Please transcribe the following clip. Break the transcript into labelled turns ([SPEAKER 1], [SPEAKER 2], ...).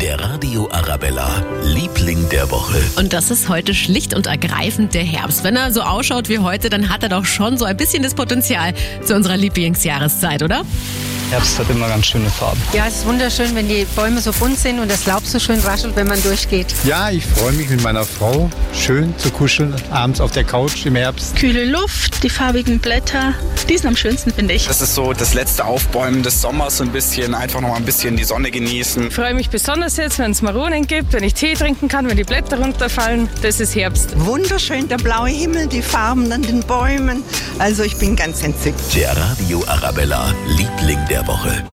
[SPEAKER 1] Der Radio Arabella, Liebling der Woche.
[SPEAKER 2] Und das ist heute schlicht und ergreifend der Herbst. Wenn er so ausschaut wie heute, dann hat er doch schon so ein bisschen das Potenzial zu unserer Lieblingsjahreszeit, oder?
[SPEAKER 3] Herbst hat immer ganz schöne Farben.
[SPEAKER 4] Ja, es ist wunderschön, wenn die Bäume so bunt sind und das Laub so schön raschelt, wenn man durchgeht.
[SPEAKER 5] Ja, ich freue mich mit meiner Frau schön zu kuscheln, abends auf der Couch im Herbst.
[SPEAKER 6] kühle Luft, die farbigen Blätter, die sind am schönsten, finde ich.
[SPEAKER 7] Das ist so das letzte Aufbäumen des Sommers so ein bisschen, einfach noch mal ein bisschen die Sonne genießen.
[SPEAKER 8] Ich freue mich besonders jetzt, wenn es Maronen gibt, wenn ich Tee trinken kann, wenn die Blätter runterfallen. Das ist Herbst.
[SPEAKER 9] wunderschön, der blaue Himmel, die Farben an den Bäumen. Also ich bin ganz entzückt.
[SPEAKER 1] Der Radio Arabella, Liebling der Woche.